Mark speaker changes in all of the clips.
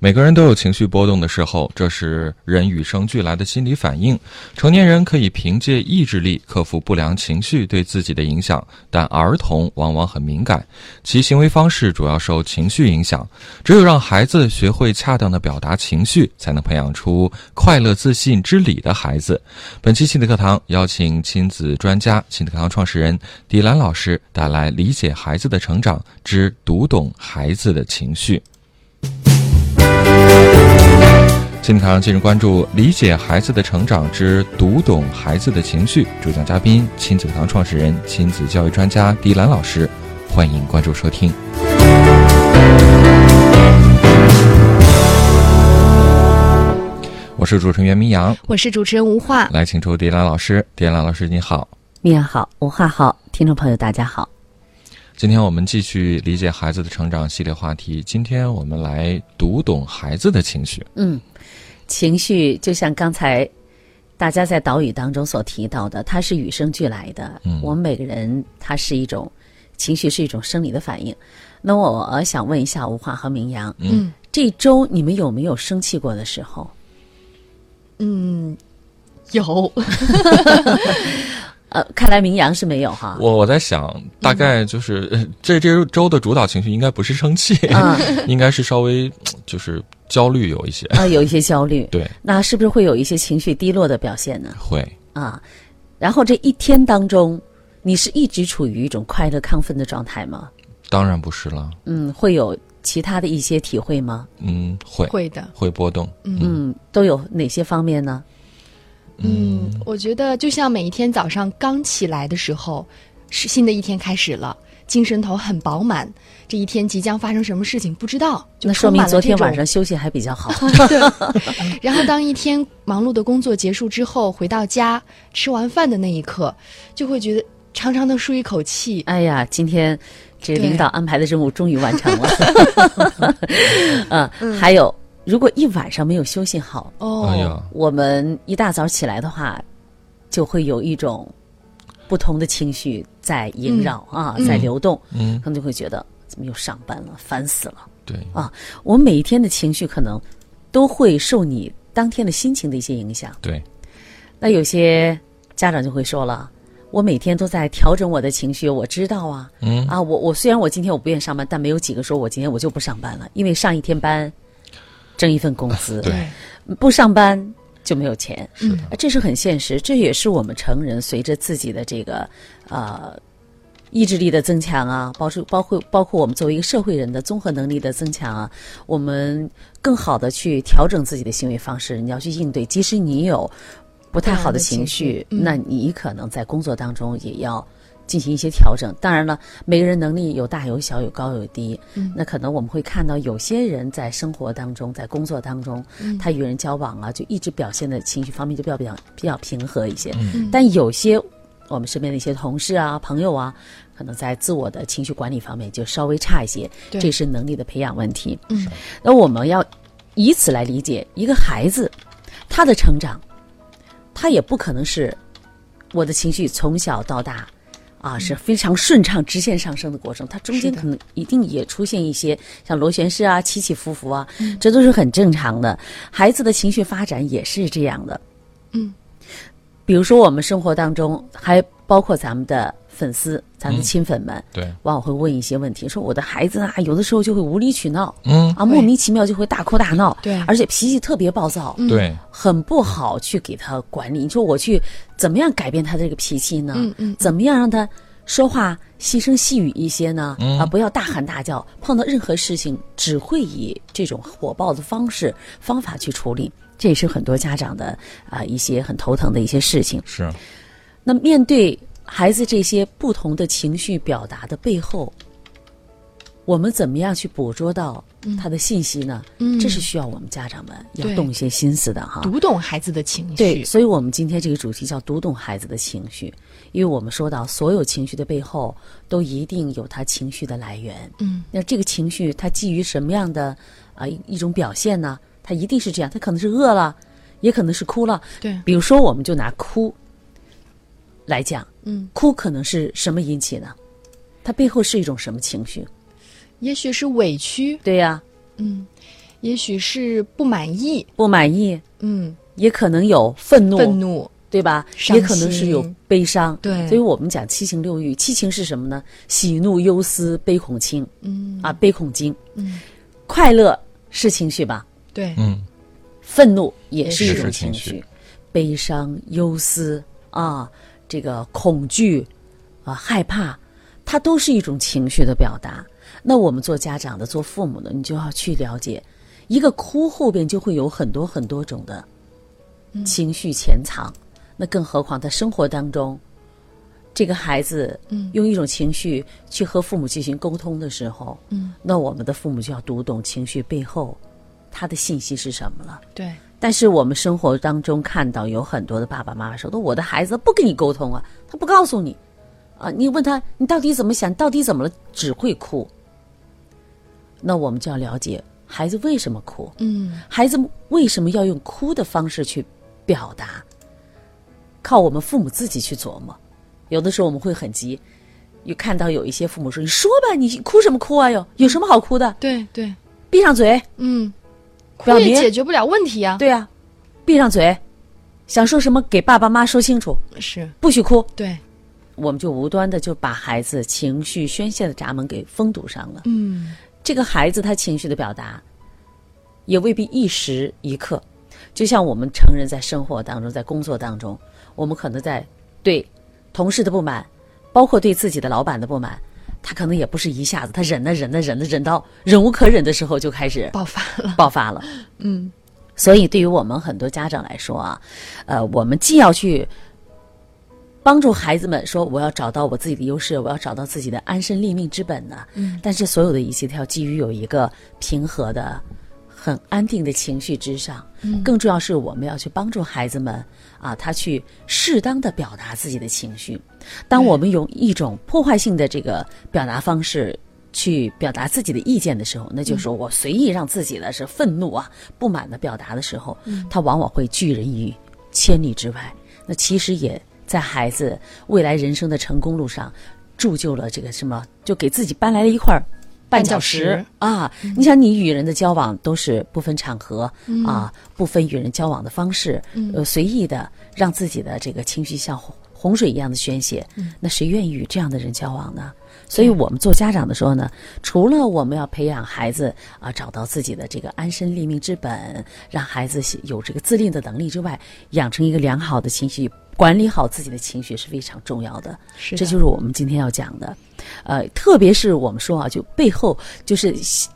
Speaker 1: 每个人都有情绪波动的时候，这是人与生俱来的心理反应。成年人可以凭借意志力克服不良情绪对自己的影响，但儿童往往很敏感，其行为方式主要受情绪影响。只有让孩子学会恰当的表达情绪，才能培养出快乐、自信、知理的孩子。本期亲子课堂邀请亲子专家、亲子课堂创始人迪兰老师带来《理解孩子的成长之读懂孩子的情绪》。亲子堂近日关注理解孩子的成长之读懂孩子的情绪，主讲嘉宾亲子堂创始人、亲子教育专家迪兰老师，欢迎关注收听。我是主持人袁明阳，
Speaker 2: 我是主持人吴化。
Speaker 1: 来请出迪兰老师。迪兰老师，你好。
Speaker 3: 米娅好，我话好，听众朋友大家好。
Speaker 1: 今天我们继续理解孩子的成长系列话题。今天我们来读懂孩子的情绪。
Speaker 3: 嗯，情绪就像刚才大家在导语当中所提到的，它是与生俱来的。
Speaker 1: 嗯
Speaker 3: 我们每个人它是一种情绪，是一种生理的反应。那我呃想问一下吴化和明阳，
Speaker 2: 嗯
Speaker 3: 这周你们有没有生气过的时候？
Speaker 2: 嗯，有
Speaker 3: 呃，看来明阳是没有哈。
Speaker 1: 我我在想，大概就是、 呃这这周的主导情绪应该不是生气，
Speaker 3: 啊
Speaker 1: 应该是稍微就是焦虑有一些，
Speaker 3: 啊、有一些焦虑，
Speaker 1: 对，
Speaker 3: 那是不是会有一些情绪低落的表现呢？
Speaker 1: 会
Speaker 3: 啊，然后这一天当中，你是一直处于一种快乐亢奋的状态吗？
Speaker 1: 当然不是了，
Speaker 3: 嗯，会有其他的一些体会吗？
Speaker 1: 嗯，会
Speaker 2: 会的。
Speaker 1: 会波动，
Speaker 3: 嗯，都有哪些方面呢？
Speaker 2: 嗯，我觉得就像每一天早上刚起来的时候，是新的一天开始了，精神头很饱满，这一天即将发生什么事情不知道，就
Speaker 3: 那说
Speaker 2: 充
Speaker 3: 明
Speaker 2: 满了
Speaker 3: 昨天
Speaker 2: 这种
Speaker 3: 晚上休息还比 较好。
Speaker 2: 然后，当一天忙碌的工作结束之后，回到家吃完饭的那一刻，就会觉得长长的舒一口气。
Speaker 3: 哎呀，今天这个
Speaker 2: 对
Speaker 3: 领导安排的任务终于完成 了。啊，
Speaker 2: 嗯
Speaker 3: 还有，如果一晚上没有休息好，
Speaker 2: 哦，
Speaker 1: 哎呀，
Speaker 3: 我们一大早起来的话，就会有一种不同的情绪在萦绕、啊，
Speaker 2: 嗯
Speaker 3: 在流动，
Speaker 1: 嗯，
Speaker 3: 可能就会觉得怎么又上班了，烦死了。
Speaker 1: 对，
Speaker 3: 我每一天的情绪可能都会受你当天的心情的一些影响。
Speaker 1: 对，
Speaker 3: 那有些家长就会说了，我每天都在调整我的情绪，我知道啊，
Speaker 1: 嗯
Speaker 3: 啊，我我虽然我今天我不愿意上班，但没有几个说我今天我就不上班了，因为上一天班挣一份工 资，
Speaker 1: 对，
Speaker 3: 不上班就没有钱，
Speaker 1: 是的，
Speaker 3: 啊这是很现实，这也是我们成人随着自己的这个呃。意志力的增强啊，包括包括包括我们作为一个社会人的综合能力的增强啊，我们更好的去调整自己的行为方式，你要去应对。即使你有不太好的情绪，
Speaker 2: 不好的情绪嗯
Speaker 3: 那你可能在工作当中也要进行一些调整。当然了，每个人能力有大有小，有高有低。
Speaker 2: 嗯
Speaker 3: 那可能我们会看到有些人在生活当中，在工作当中，他与人交往啊，就一直表现的情绪方面就比较比较比较平和一些。
Speaker 2: 嗯
Speaker 3: 但有些我们身边的一些同事啊、朋友啊，可能在自我的情绪管理方面就稍微差一些，
Speaker 2: 对
Speaker 3: 这是能力的培养问题。
Speaker 2: 嗯，
Speaker 3: 那我们要以此来理解一个孩子他的成长，他也不可能是我的情绪从小到大。啊，是非常顺畅、直线上升的过程，它中
Speaker 2: 嗯
Speaker 3: 间
Speaker 2: 是的
Speaker 3: 可能一定也出现一些像螺旋式啊、起起伏伏啊，
Speaker 2: 嗯
Speaker 3: 这都是很正常的。孩子的情绪发展也是这样的。
Speaker 2: 嗯
Speaker 3: 比如说我们生活当中，还包括咱们的粉丝、咱们的亲粉们，
Speaker 1: 对，
Speaker 3: 往往会问一些问题，说我的孩子啊，有的时候就会无理取闹
Speaker 1: 嗯，
Speaker 3: 啊，莫名其妙就会大哭大闹，
Speaker 2: 对
Speaker 3: 而且脾气特别暴躁，
Speaker 1: 对，
Speaker 3: 很不好去给他管理。你说我去怎么样改变他这个脾气呢？
Speaker 2: 嗯嗯
Speaker 3: 怎么样让他说话细声细语一些呢？
Speaker 1: 嗯
Speaker 3: 啊，不要大喊大叫，碰到任何事情只会以这种火爆的方式方法去处理。这也是很多家长的啊、一些很头疼的一些事情。
Speaker 1: 是，
Speaker 3: 那面对孩子这些不同的情绪表达的背后，我们怎么样去捕捉到他的信息呢？
Speaker 2: 嗯
Speaker 3: 这是需要我们家长们要
Speaker 2: 对
Speaker 3: 动一些心思的哈。
Speaker 2: 读懂孩子的情绪。
Speaker 3: 对，所以我们今天这个主题叫读懂孩子的情绪，因为我们说到所有情绪的背后都一定有他情绪的来源。
Speaker 2: 嗯，
Speaker 3: 那这个情绪它基于什么样的啊、一一种表现呢？它一定是这样，它可能是饿了，也可能是哭了。
Speaker 2: 对
Speaker 3: 比如说，我们就拿哭来讲，
Speaker 2: 嗯，
Speaker 3: 哭可能是什么引起呢？它背后是一种什么情绪？
Speaker 2: 也许是委屈，嗯
Speaker 3: 对呀、
Speaker 2: 也许是不满意，
Speaker 3: 不满意，
Speaker 2: 嗯，
Speaker 3: 也可能有愤怒，
Speaker 2: 愤怒，
Speaker 3: 对吧？
Speaker 2: 伤
Speaker 3: 也可能是有
Speaker 2: 心
Speaker 3: 悲伤。
Speaker 2: 对
Speaker 3: 所以我们讲七情六欲，七情是什么呢？喜怒忧思悲恐惊
Speaker 2: 嗯
Speaker 3: 啊，悲恐惊。
Speaker 2: 嗯，
Speaker 3: 快乐是情绪吧？
Speaker 2: 对，
Speaker 1: 嗯，
Speaker 3: 愤怒也是一
Speaker 1: 也
Speaker 3: 种
Speaker 1: 是
Speaker 3: 情
Speaker 1: 情
Speaker 3: 绪，
Speaker 1: 绪
Speaker 3: 悲伤、忧思啊，这个恐惧啊、害怕，它都是一种情绪的表达。那我们做家长的、做父母的，你就要去了解，一个哭后边就会有很多很多种的
Speaker 2: 嗯
Speaker 3: 情绪潜藏。那更何况在生活当中，这个孩子
Speaker 2: 嗯
Speaker 3: 用一种情绪去和父母进行沟通的时候，
Speaker 2: 嗯，
Speaker 3: 那我们的父母就要读懂情绪背后他的信息是什么了。
Speaker 2: 对，
Speaker 3: 但是我们生活当中看到有很多的爸爸妈妈说：“那我的孩子不跟你沟通啊，他不告诉你，啊，你问他你到底怎么想，到底怎么了，只会哭。”那我们就要了解孩子为什么哭，
Speaker 2: 嗯
Speaker 3: 孩子为什么要用哭的方式去表达，靠我们父母自己去琢磨。有的时候我们会很急，有看到有一些父母说：“你说吧，你哭什么哭啊？有有什么好哭的？
Speaker 2: 对对，
Speaker 3: 闭上嘴。”
Speaker 2: 嗯，
Speaker 3: 不要
Speaker 2: 哭也
Speaker 3: 憋
Speaker 2: 解决不了问题啊，
Speaker 3: 对啊，闭上嘴，想说什么给爸爸妈说清楚，
Speaker 2: 是，
Speaker 3: 不许哭。
Speaker 2: 对，
Speaker 3: 我们就无端的就把孩子情绪宣泄的闸门给封堵上了。
Speaker 2: 嗯
Speaker 3: 这个孩子他情绪的表达，也未必一时一刻。就像我们成人在生活当中，在工作当中，我们可能在对同事的不满，包括对自己的老板的不满，他可能也不是一下子，他忍呐啊忍呐忍呐忍到忍无可忍的时候就开始
Speaker 2: 爆发了，
Speaker 3: 爆发了。
Speaker 2: 嗯
Speaker 3: 所以，对于我们很多家长来说啊，呃，我们既要去帮助孩子们说，我要找到我自己的优势，我要找到自己的安身立命之本呢、
Speaker 2: 嗯
Speaker 3: 但是，所有的一切，它要基于有一个平和的、很安定的情绪之上。
Speaker 2: 嗯
Speaker 3: 更重要是，我们要去帮助孩子们啊，他去适当的表达自己的情绪。当
Speaker 2: 对
Speaker 3: 我们用一种破坏性的这个表达方式去表达自己的意见的时候，那就是我随意让自己的是愤怒啊、不满的表达的时候，他往往会拒人于千里之外。那其实也在孩子未来人生的成功路上，铸就了这个什么，就给自己搬来了一块儿绊脚石
Speaker 2: 绊脚石
Speaker 3: 啊！你想，你与人的交往都是不分场合、啊，不分与人交往的方式，呃，随意的让自己的这个情绪像洪洪水一样的宣泄，那谁愿意与这样的人交往呢？所以，我们做家长的时候呢，除了我们要培养孩子啊找到自己的这个安身立命之本，让孩子有这个自立的能力之外，养成一个良好的情绪管理，好自己的情绪是非常重要的。
Speaker 2: 是
Speaker 3: 这
Speaker 2: 的
Speaker 3: 就是我们今天要讲的，呃，特别是我们说啊，就背后就是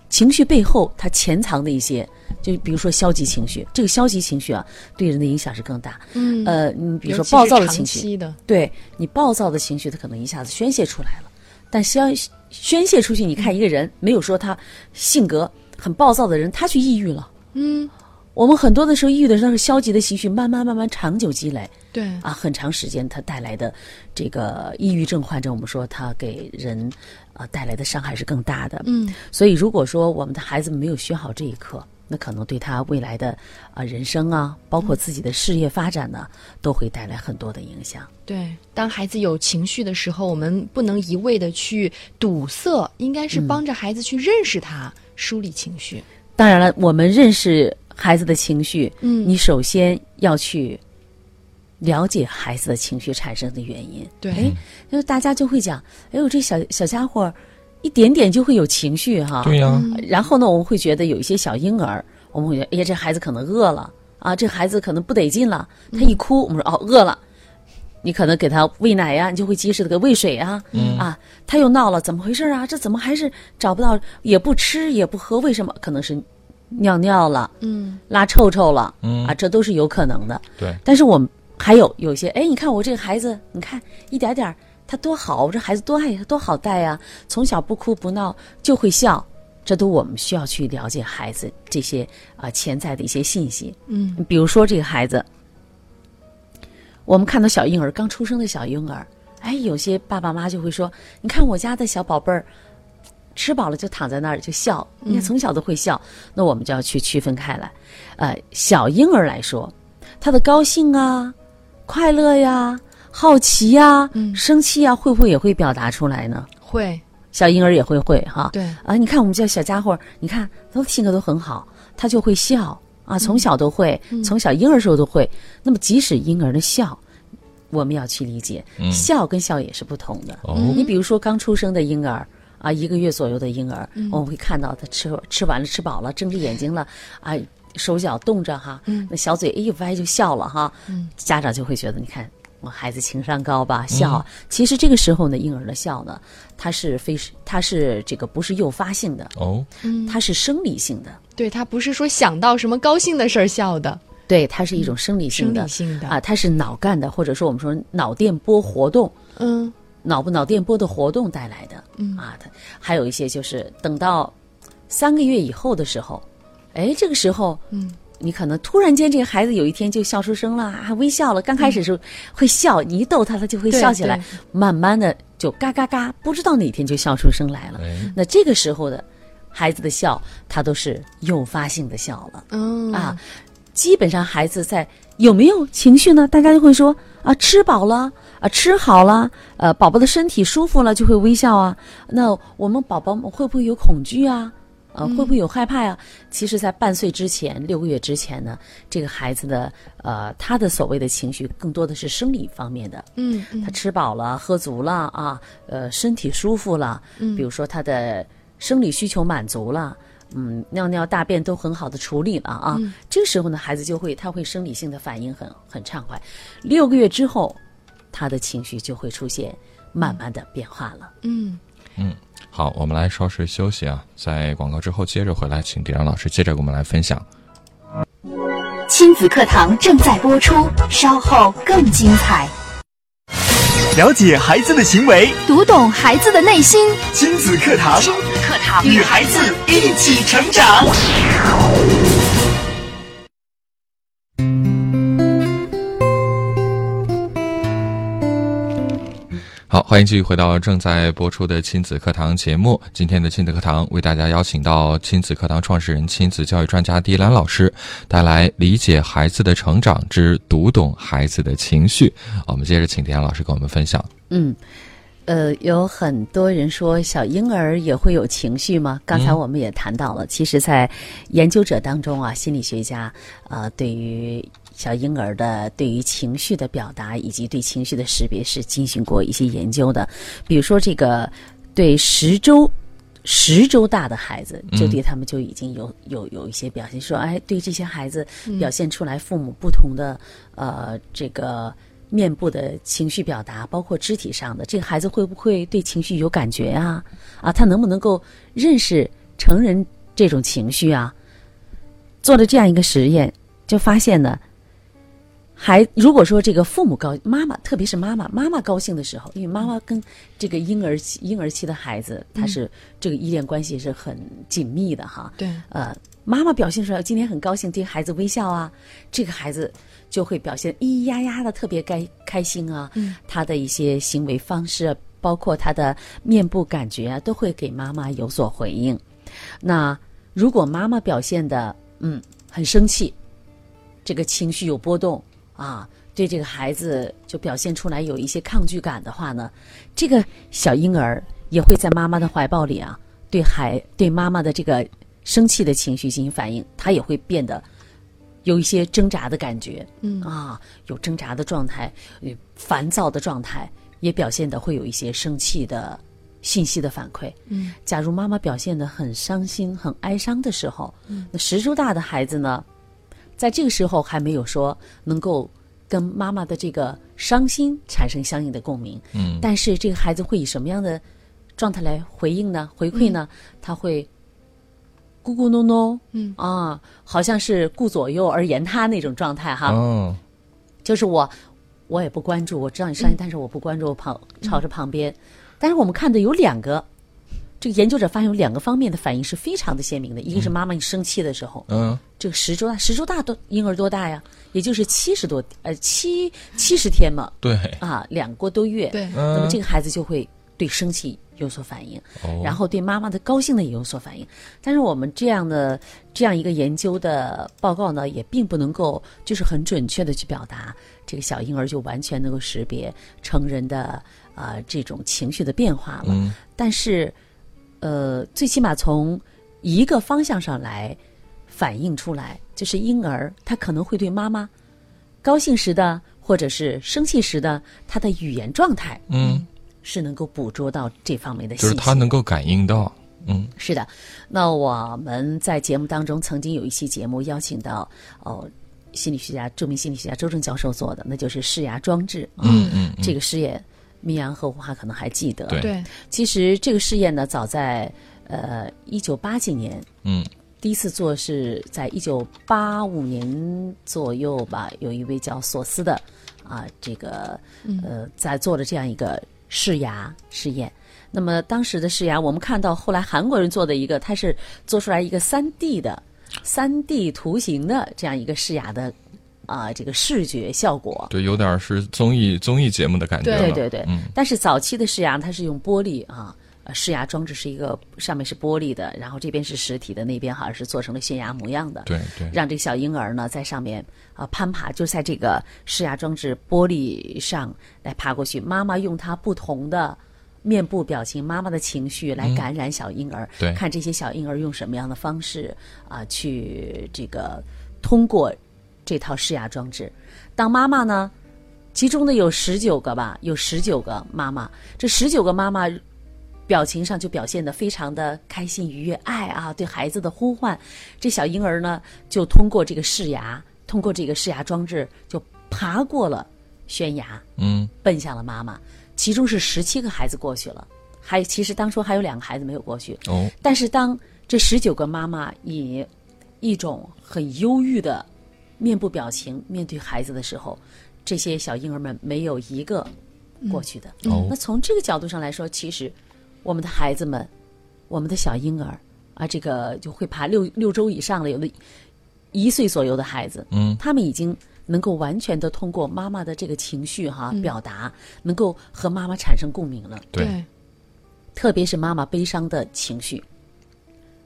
Speaker 3: 情绪背后它潜藏的一些，就比如说消极情绪，这个消极情绪啊，对人的影响是更大。
Speaker 2: 嗯
Speaker 3: 呃，你比
Speaker 2: 尤
Speaker 3: 如说
Speaker 2: 其
Speaker 3: 暴
Speaker 2: 是
Speaker 3: 躁的
Speaker 2: 长
Speaker 3: 情绪，
Speaker 2: 期的，
Speaker 3: 对你暴躁的情绪，它可能一下子宣泄出来了，但消宣泄出去，你
Speaker 2: 嗯
Speaker 3: 看一个人没有说他性格很暴躁的人，他去抑郁了。
Speaker 2: 嗯，
Speaker 3: 我们很多的时候抑郁的时候是消极的情绪，慢慢慢慢长久积累，
Speaker 2: 对，
Speaker 3: 啊，很长时间它带来的这个抑郁症患者，我们说它给人啊带来的伤害是更大的。
Speaker 2: 嗯，
Speaker 3: 所以如果说我们的孩子没有学好这一课，那可能对他未来的啊人生啊，包括自己的事业发展呢、都会带来很多的影响。
Speaker 2: 对，当孩子有情绪的时候，我们不能一味的去堵塞，应该
Speaker 3: 嗯
Speaker 2: 是帮着孩子去认识他，梳理情绪。
Speaker 3: 当然了，我们认识孩子的情绪，
Speaker 2: 嗯
Speaker 3: 你首先要去了解孩子的情绪产生的原因。
Speaker 2: 对
Speaker 3: 哎，就是大家就会讲，哎呦，这小小家伙儿一点点就会有情绪哈。
Speaker 1: 对呀、
Speaker 3: 然后呢，我们会觉得有一些小婴儿，我们会觉得，哎呀，这孩子可能饿了啊，这孩子可能不得劲了。他一哭，我们说哦，饿了。你可能给他喂奶呀、你就会及时的给喂水啊，啊，他又闹了，怎么回事啊？这怎么还是找不到，也不吃也不喝，为什么？可能是尿尿了，
Speaker 2: 嗯，
Speaker 3: 拉臭臭了，
Speaker 1: 嗯
Speaker 3: 啊，这都是有可能的。
Speaker 1: 对，
Speaker 3: 但是我们还有有些，哎，你看我这个孩子，你看一点点儿，他多好，我这孩子多爱，多好带呀、从小不哭不闹就会笑，这都我们需要去了解孩子这些啊、潜在的一些信息。
Speaker 2: 嗯，
Speaker 3: 比如说这个孩子，我们看到小婴儿刚出生的小婴儿，哎，有些爸爸妈妈就会说，你看我家的小宝贝儿。吃饱了就躺在那儿就笑，
Speaker 2: 嗯
Speaker 3: 你看从小都会笑，那我们就要去区分开来。呃，小婴儿来说，他的高兴啊、快乐呀、好奇呀、
Speaker 2: 嗯
Speaker 3: 生气呀、会不会也会表达出来呢？
Speaker 2: 会，
Speaker 3: 小婴儿也会会哈。
Speaker 2: 对
Speaker 3: 啊，你看我们家小家伙儿，你看他性格都很好，他就会笑啊，从小都会，从小婴儿时候都会。那么即使婴儿的笑，我们要去理解，笑跟笑也是不同的。
Speaker 1: 哦
Speaker 3: 你比如说刚出生的婴儿。啊，一个月左右的婴儿，我们会看到他吃吃完了、吃饱了，睁着眼睛了，啊，手脚动着哈，那小嘴一歪就笑了哈，家长就会觉得，你看我孩子情商高吧，笑啊。其实这个时候呢，婴儿的笑呢，它是非它是这个不是诱发性的，
Speaker 1: 哦，
Speaker 2: 嗯
Speaker 3: 它是生理性的，
Speaker 2: 对他不是说想到什么高兴的事儿笑的，
Speaker 3: 对，它是一种生理性
Speaker 2: 生
Speaker 3: 的，
Speaker 2: 理性的
Speaker 3: 啊，它是脑干的，或者说我们说脑电波活动，
Speaker 2: 嗯
Speaker 3: 脑部脑电波的活动带来的，嗯啊，它还有一些就是等到三个月以后的时候，哎，这个时候，嗯。你可能突然间，这个孩子有一天就笑出声了，啊，微笑了。刚开始的时候会笑，你一逗他，他就会
Speaker 2: 嗯对
Speaker 3: 笑起来
Speaker 2: 对。
Speaker 3: 慢慢的就嘎嘎嘎，不知道哪天就笑出声来了。
Speaker 1: 哎，
Speaker 3: 那这个时候的孩子的笑，他都是诱发性的笑了。
Speaker 2: 嗯
Speaker 3: 啊，基本上孩子在有没有情绪呢？大家就会说啊，吃饱了啊，吃好了，呃，宝宝的身体舒服了就会微笑啊。那我们宝宝们会不会有恐惧啊？呃，会不会有害怕呀、其实，在半岁之前、六个月之前呢，这个孩子的呃，他的所谓的情绪更多的是生理方面的，
Speaker 2: 嗯嗯
Speaker 3: 他吃饱了、喝足了啊，呃，身体舒服了，嗯，比如说他的生理需求满足了，嗯，尿尿、大便都很好的处理了啊。这个时候呢，孩子就会他会生理性的反应很很畅快。六个月之后，他的情绪就会出现慢慢的变化了。
Speaker 2: 嗯，
Speaker 1: 好，我们来稍事休息啊，在广告之后接着回来，请迪兰老师接着给我们来分享。
Speaker 4: 亲子课堂正在播出，稍后更精彩。
Speaker 5: 了解孩子的行为，
Speaker 4: 读懂孩子的内心，
Speaker 5: 亲子课堂，
Speaker 4: 课堂
Speaker 5: 与孩子一起成长。
Speaker 1: 好，欢迎继续回到正在播出的亲子课堂节目。今天的亲子课堂为大家邀请到亲子课堂创始人、亲子教育专家迪兰老师，带来《理解孩子的成长之读懂孩子的情绪》。我们接着请迪兰老师跟我们分享。
Speaker 3: 嗯，呃，有很多人说小婴儿也会有情绪吗？刚才我们也谈到了，其实，在研究者当中啊，心理学家呃，对于小婴儿的对于情绪的表达以及对情绪的识别是进行过一些研究的，比如说这个对十周。十周大的孩子，就对他们就已经有、有有一些表现，说哎，对这些孩子表现出来父母不同的、呃这个面部的情绪表达，包括肢体上的，这个孩子会不会对情绪有感觉啊？啊，他能不能够认识成人这种情绪啊？做了这样一个实验，就发现呢，还如果说这个父母高妈妈，特别是妈妈，妈妈高兴的时候，因为妈妈跟这个婴儿期婴儿期的孩子，他是、这个依恋关系是很紧密的哈。
Speaker 2: 对，
Speaker 3: 呃，妈妈表现出来今天很高兴，对孩子微笑啊，这个孩子就会表现咿咿呀呀的特别开开心啊，他的一些行为方式啊，包括他的面部感觉啊，都会给妈妈有所回应。那如果妈妈表现的嗯很生气，这个情绪有波动啊，对这个孩子就表现出来有一些抗拒感的话呢，这个小婴儿也会在妈妈的怀抱里啊，对孩对妈妈的这个生气的情绪进行反应，他也会变得有一些挣扎的感觉，嗯啊，有挣扎的状态，呃烦躁的状态，也表现的会有一些生气的信息的反馈。嗯，假如妈妈表现的很伤心、很哀伤的时候，那十周大的孩子呢，在这个时候还没有说能够跟妈妈的这个伤心产生相应的共鸣。嗯，但是这个孩子会以什么样的状态来回应呢？回馈呢？他会咕咕哝哝，嗯啊，好像是顾左右而言他那种状态哈。
Speaker 1: 哦，
Speaker 3: 就是我我也不关注，我知道你伤心，但是我不关注，我旁朝着旁边。但是我们看的有两个，这个研究者发现有两个方面的反应是非常的鲜明的，一个是妈妈你生气的时候，
Speaker 1: 嗯，
Speaker 3: 这个十周大十周大多婴儿多大呀？也就是七十多呃七七十天嘛
Speaker 1: 对，
Speaker 3: 啊，两个多月。
Speaker 2: 对
Speaker 3: 那么这个孩子就会对生气有所反应，
Speaker 1: 哦
Speaker 3: 然后对妈妈的高兴呢也有所反应。但是我们这样的这样一个研究的报告呢，也并不能够就是很准确的去表达这个小婴儿就完全能够识别成人的呃这种情绪的变化了。
Speaker 1: 嗯
Speaker 3: 但是，呃，最起码从一个方向上来反映出来，就是婴儿他可能会对妈妈高兴时的或者是生气时的他的语言状态
Speaker 1: 嗯，
Speaker 3: 是能够捕捉到这方面的
Speaker 1: 就
Speaker 3: 信
Speaker 1: 是
Speaker 3: 息。
Speaker 1: 他能够感应到，嗯
Speaker 3: 是的，那我们在节目当中曾经有一期节目邀请到哦。心理学家、著名心理学家周正教授做的，那就是视牙装置。
Speaker 1: 嗯嗯，嗯
Speaker 3: 这个试验，米阳和吴华可能还记得。
Speaker 1: 对
Speaker 2: 对，
Speaker 3: 其实这个试验呢，早在呃一九八几年
Speaker 1: 嗯
Speaker 3: 第一次做，是在一九八五年左右吧，有一位叫索斯的啊，这个呃在做了这样一个试牙试验。那么当时的试牙，我们看到后来韩国人做的一个，他是做出来一个三 D 的三 D 图形的这样一个试牙的啊、这个视觉效果。
Speaker 1: 对，有点是综艺综艺节目的感觉
Speaker 3: 对
Speaker 1: 了，
Speaker 3: 对对，
Speaker 1: 嗯
Speaker 3: 但是早期的试牙它是用玻璃啊，呃试牙装置是一个上面是玻璃的，然后这边是实体的，那边好像是做成了悬崖模样的，
Speaker 1: 对对，
Speaker 3: 让这个小婴儿呢在上面啊攀爬，就在这个试牙装置玻璃上来爬过去。妈妈用她不同的。面部表情、妈妈的情绪来感染小婴儿，
Speaker 1: 对
Speaker 3: 看这些小婴儿用什么样的方式啊、去这个通过这套试牙装置。当妈妈呢，其中的有十九个吧，有十九个妈妈，这十九个妈妈表情上就表现得非常的开心、愉悦、爱啊，对孩子的呼唤。这小婴儿呢，就通过这个试牙，通过这个试牙装置，就爬过了悬崖，
Speaker 1: 嗯
Speaker 3: 奔向了妈妈。其中是十七个孩子过去了，还其实当初还有两个孩子没有过去，
Speaker 1: 哦
Speaker 3: 但是当这十九个妈妈以一种很忧郁的面部表情面对孩子的时候，这些小婴儿们没有一个过去的。
Speaker 1: 哦
Speaker 3: 那从这个角度上来说，其实我们的孩子们，我们的小婴儿啊，这个就会爬六六周以上的，有的一岁左右的孩子，
Speaker 1: 嗯
Speaker 3: 他们已经能够完全的通过妈妈的这个情绪哈、
Speaker 1: 嗯
Speaker 3: 表达，能够和妈妈产生共鸣了。
Speaker 1: 对，
Speaker 3: 特别是妈妈悲伤的情绪，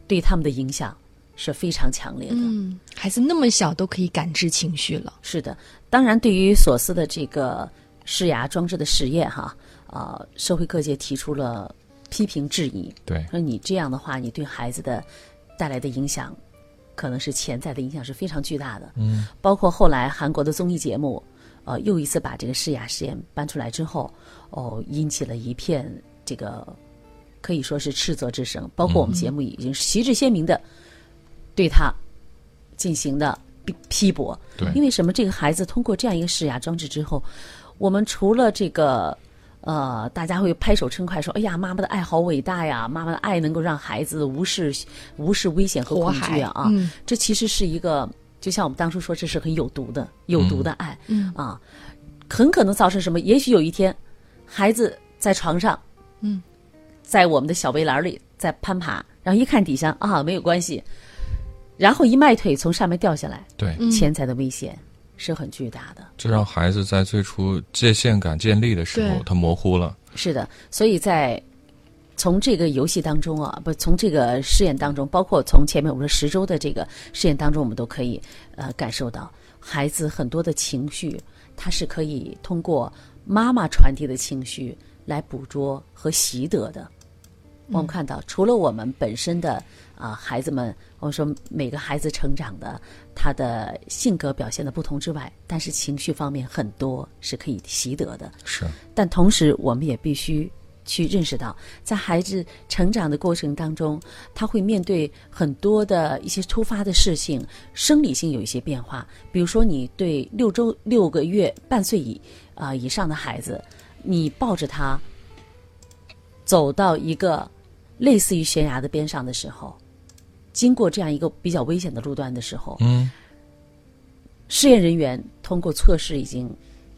Speaker 3: 对他们的影响是非常强烈的。
Speaker 2: 嗯，孩子那么小都可以感知情绪了，
Speaker 3: 是的，当然，对于索斯的这个试牙装置的实验，哈，呃，社会各界提出了批评质疑，
Speaker 1: 对
Speaker 3: 说你这样的话，你对孩子的带来的影响，可能是潜在的影响是非常巨大的。嗯，包括后来韩国的综艺节目，呃，又一次把这个试牙实验搬出来之后，哦，引起了一片这个可以说是斥责之声。包括我们
Speaker 1: 嗯
Speaker 3: 节目已经旗帜鲜明的对他进行的批批驳。
Speaker 1: 对
Speaker 3: 因为什么？这个孩子通过这样一个试牙装置之后，我们除了这个。呃，大家会拍手称快，说：“哎呀，妈妈的爱好伟大呀！妈妈的爱能够让孩子无视无视危险和
Speaker 2: 火
Speaker 3: 恐
Speaker 2: 海
Speaker 3: 惧啊！”
Speaker 2: 嗯
Speaker 3: 这其实是一个，就像我们当初说，这是很有毒的、有毒的爱、
Speaker 2: 嗯
Speaker 3: 啊，很可能造成什么？也许有一天，孩子在床上，
Speaker 2: 嗯，
Speaker 3: 在我们的小围栏里在攀爬，然后一看底下啊，没有关系，然后一迈腿从上面掉下来，
Speaker 1: 对，
Speaker 2: 嗯
Speaker 3: 潜在的危险是很巨大的。
Speaker 1: 这让孩子在最初界限感建立的时候
Speaker 2: 对，
Speaker 1: 他模糊了，
Speaker 3: 是的，所以在从这个游戏当中啊，不从这个试验当中，包括从前面我们说十周的这个试验当中，我们都可以呃感受到孩子很多的情绪，他是可以通过妈妈传递的情绪来捕捉和习得的。我们看到，除了我们本身的啊、孩子们，我们说每个孩子成长的他的性格表现的不同之外，但是情绪方面很多是可以习得的。
Speaker 1: 是
Speaker 3: 但同时，我们也必须去认识到，在孩子成长的过程当中，他会面对很多的一些突发的事情，生理性有一些变化。比如说，你对六周、六个月、半岁以啊、以上的孩子，你抱着他走到一个类似于悬崖的边上的时候，经过这样一个比较危险的路段的时候，
Speaker 1: 嗯
Speaker 3: 试验人员通过测试已经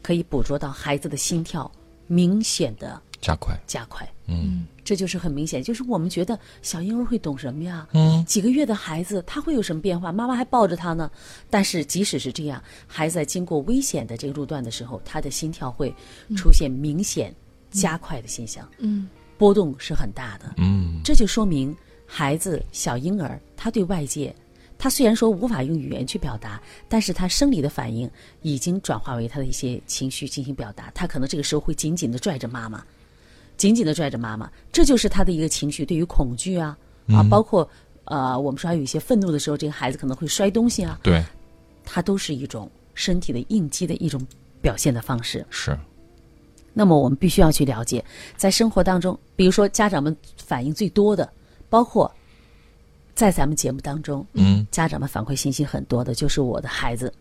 Speaker 3: 可以捕捉到孩子的心跳明显的
Speaker 1: 加快，
Speaker 3: 加快，
Speaker 1: 嗯
Speaker 3: 这就是很明显，就是我们觉得小婴儿会懂什么呀？
Speaker 1: 嗯
Speaker 3: 几个月的孩子他会有什么变化？妈妈还抱着他呢。但是即使是这样，孩子在经过危险的这个路段的时候，他的心跳会出现明显加快的现象。
Speaker 2: 嗯，
Speaker 3: 波动是很大的。
Speaker 1: 嗯，
Speaker 3: 这就说明孩子小婴儿他对外界，他虽然说无法用语言去表达，但是他生理的反应已经转化为他的一些情绪进行表达。他可能这个时候会紧紧的拽着妈妈，紧紧的拽着妈妈，这就是他的一个情绪，对于恐惧啊啊，包括呃，我们说还有一些愤怒的时候，这个孩子可能会摔东西啊，
Speaker 1: 对，
Speaker 3: 它都是一种身体的应激的一种表现的方式。
Speaker 1: 是，
Speaker 3: 那么我们必须要去了解，在生活当中，比如说家长们反应最多的，包括在咱们节目当中，
Speaker 1: 嗯，
Speaker 3: 家长们反馈信息很多的，就是我的孩子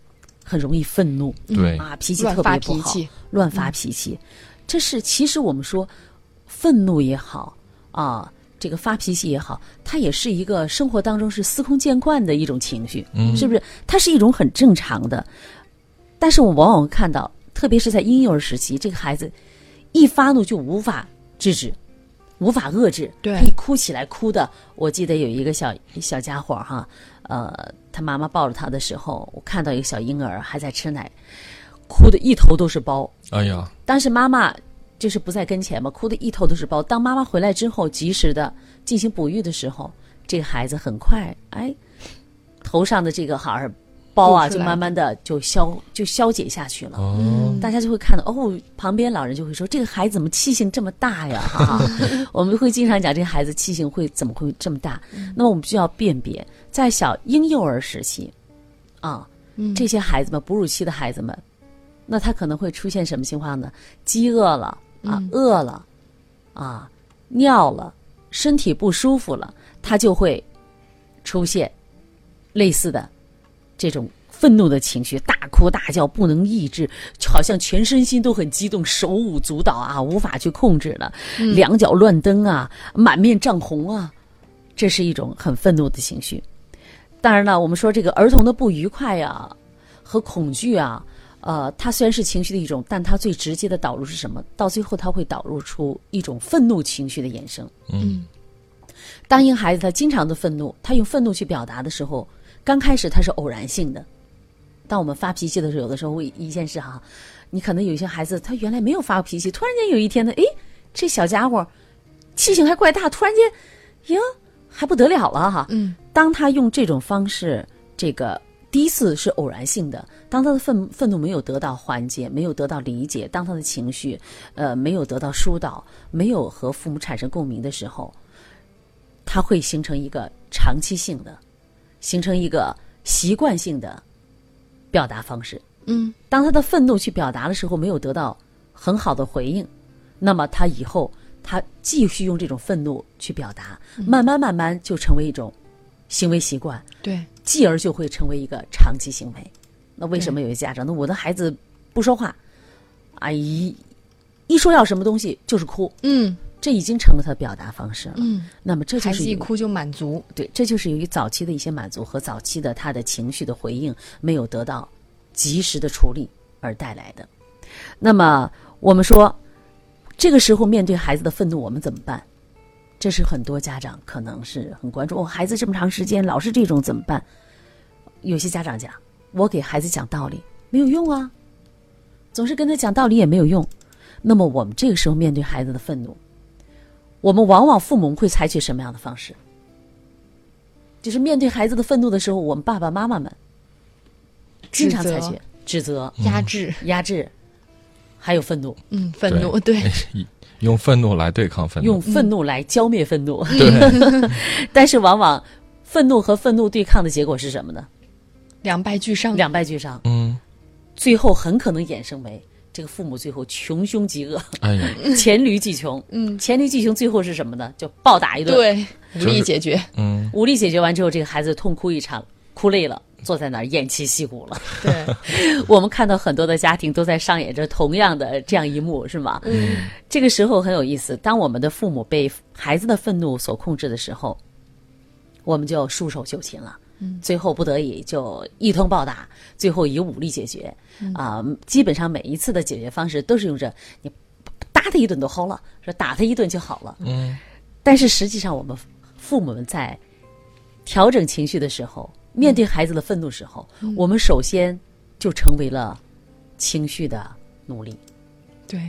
Speaker 3: 很容易愤怒，
Speaker 1: 对，
Speaker 3: 啊，脾气
Speaker 2: 乱
Speaker 3: 特
Speaker 2: 发
Speaker 3: 别不
Speaker 2: 脾
Speaker 3: 好
Speaker 2: 气，
Speaker 3: 乱发脾气。这是其实我们说，愤怒也好啊，这个发脾气也好，它也是一个生活当中是司空见惯的一种情绪，
Speaker 1: 嗯
Speaker 3: 是不是？它是一种很正常的。但是我们往往看到，特别是在婴幼儿时期，这个孩子一发怒就无法制止，无法遏制，
Speaker 2: 对
Speaker 3: 他一哭起来哭的。我记得有一个小小家伙儿哈，呃，他妈妈抱着他的时候，我看到一个小婴儿还在吃奶，哭的一头都是包。
Speaker 1: 哎呀，
Speaker 3: 当时妈妈就是不在跟前嘛，哭的一头都是包。当妈妈回来之后，及时的进行哺育的时候，这个孩子很快，哎，头上的这个孩儿包啊，
Speaker 2: 吐出
Speaker 3: 就
Speaker 2: 来
Speaker 3: 慢慢的就消就消解下去了。
Speaker 1: 哦，
Speaker 2: 嗯
Speaker 3: 大家就会看到哦，旁边老人就会说：“这个孩子怎么气性这么大呀？” 哈、哈，我们会经常讲这个孩子气性会怎么会这么大。
Speaker 2: 嗯
Speaker 3: 那么我们就要辨别，在小婴幼儿时期，啊，
Speaker 2: 嗯
Speaker 3: 这些孩子们哺乳期的孩子们，那他可能会出现什么情况呢？饥饿了啊，
Speaker 2: 嗯
Speaker 3: 饿了啊，尿了，身体不舒服了，他就会出现类似的这种愤怒的情绪，大哭大叫，不能抑制，好像全身心都很激动，手舞足蹈啊，无法去控制了，两脚乱蹬啊，满面涨红啊，这是一种很愤怒的情绪。当然了，我们说这个儿童的不愉快呀、和恐惧啊，呃，它虽然是情绪的一种，但它最直接的导入是什么？到最后，它会导入出一种愤怒情绪的衍生。
Speaker 1: 嗯，
Speaker 3: 当一个孩子他经常的愤怒，他用愤怒去表达的时候，刚开始他是偶然性的。当我们发脾气的时候，有的时候会一件事哈，你可能有些孩子他原来没有发过脾气，突然间有一天呢，诶，这小家伙气性还怪大，突然间，哟，还不得了了哈。
Speaker 2: 嗯，
Speaker 3: 当他用这种方式，这个第一次是偶然性的，当他的愤愤怒没有得到缓解，没有得到理解，当他的情绪呃没有得到疏导，没有和父母产生共鸣的时候，它会形成一个长期性的，形成一个习惯性的表达方式。
Speaker 2: 嗯，
Speaker 3: 当他的愤怒去表达的时候，没有得到很好的回应，那么他以后他继续用这种愤怒去表达，慢慢慢慢就成为一种行为习惯，
Speaker 2: 对，
Speaker 3: 继而就会成为一个长期行为。那为什么有些家长，那我的孩子不说话，阿姨一说要什么东西就是哭，
Speaker 2: 嗯
Speaker 3: 这已经成了他的表达方式了。
Speaker 2: 嗯，
Speaker 3: 那么这就
Speaker 2: 孩
Speaker 3: 是
Speaker 2: 子一
Speaker 3: 有
Speaker 2: 哭就满足，
Speaker 3: 对，这就是由于早期的一些满足和早期的他的情绪的回应没有得到及时的处理而带来的。那么我们说，这个时候面对孩子的愤怒，我们怎么办？这是很多家长可能是很关注。哦，孩子这么长时间老是这种怎么办？有些家长讲，我给孩子讲道理没有用啊，总是跟他讲道理也没有用。那么我们这个时候面对孩子的愤怒，我们往往父母会采取什么样的方式？就是面对孩子的愤怒的时候，我们爸爸妈妈们经常采
Speaker 2: 指责
Speaker 3: 取指责、
Speaker 1: 嗯
Speaker 2: 压制，
Speaker 3: 压制，还有愤怒，
Speaker 2: 嗯，愤
Speaker 1: 哎
Speaker 2: 怒，对，
Speaker 1: 用愤怒来对抗愤怒
Speaker 3: 用，愤怒来浇灭愤怒。 但是往往愤怒和愤怒对抗的结果是什么呢？
Speaker 2: 两败俱伤，
Speaker 3: 两败俱伤，
Speaker 1: 嗯，
Speaker 3: 最后很可能衍生为这个父母最后穷凶极恶，
Speaker 1: 哎呀，
Speaker 3: 黔驴技穷。
Speaker 2: 嗯
Speaker 3: 黔驴技穷最后是什么呢？就暴打一顿，，
Speaker 2: 对，
Speaker 1: 就
Speaker 2: 无
Speaker 1: 是
Speaker 2: 力解 决，
Speaker 1: 嗯，
Speaker 3: 武力解决完之后，这个孩子痛哭一场，哭累了，坐在那儿偃旗息鼓了。
Speaker 2: 对，
Speaker 3: 我们看到很多的家庭都在上演着同样的这样一幕，是吗？嗯，这个时候很有意思。当我们的父母被孩子的愤怒所控制的时候，我们就束手就擒了。嗯，最后不得已就一通暴打，最后以武力解决。啊、基本上每一次的解决方式都是用着你打他一顿都好了，说打他一顿就好了。
Speaker 1: 嗯，
Speaker 3: 但是实际上我们父母们在调整情绪的时候，面对孩子的愤怒时候，我们首先就成为了情绪的奴隶。
Speaker 2: 对，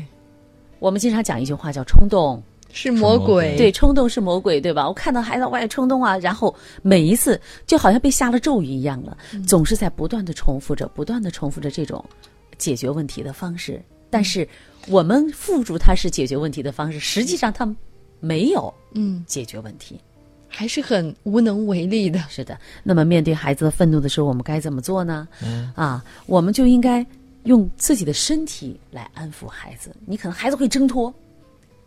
Speaker 3: 我们经常讲一句话叫“冲动
Speaker 2: 是魔
Speaker 1: 魔鬼
Speaker 2: 鬼，
Speaker 3: 对，冲动是魔鬼，对吧？我看到孩子我也冲动啊，然后每一次就好像被下了咒语一样了，总是在不断的重复着，不断的重复着这种解决问题的方式。但是我们附注它是解决问题的方式，实际上它没有
Speaker 2: 嗯，
Speaker 3: 解决问题。
Speaker 2: 还是很无能为力的。
Speaker 3: 是的，那么面对孩子的愤怒的时候，我们该怎么做呢？嗯、啊，我们就应该用自己的身体来安抚孩子。你可能孩子会挣脱，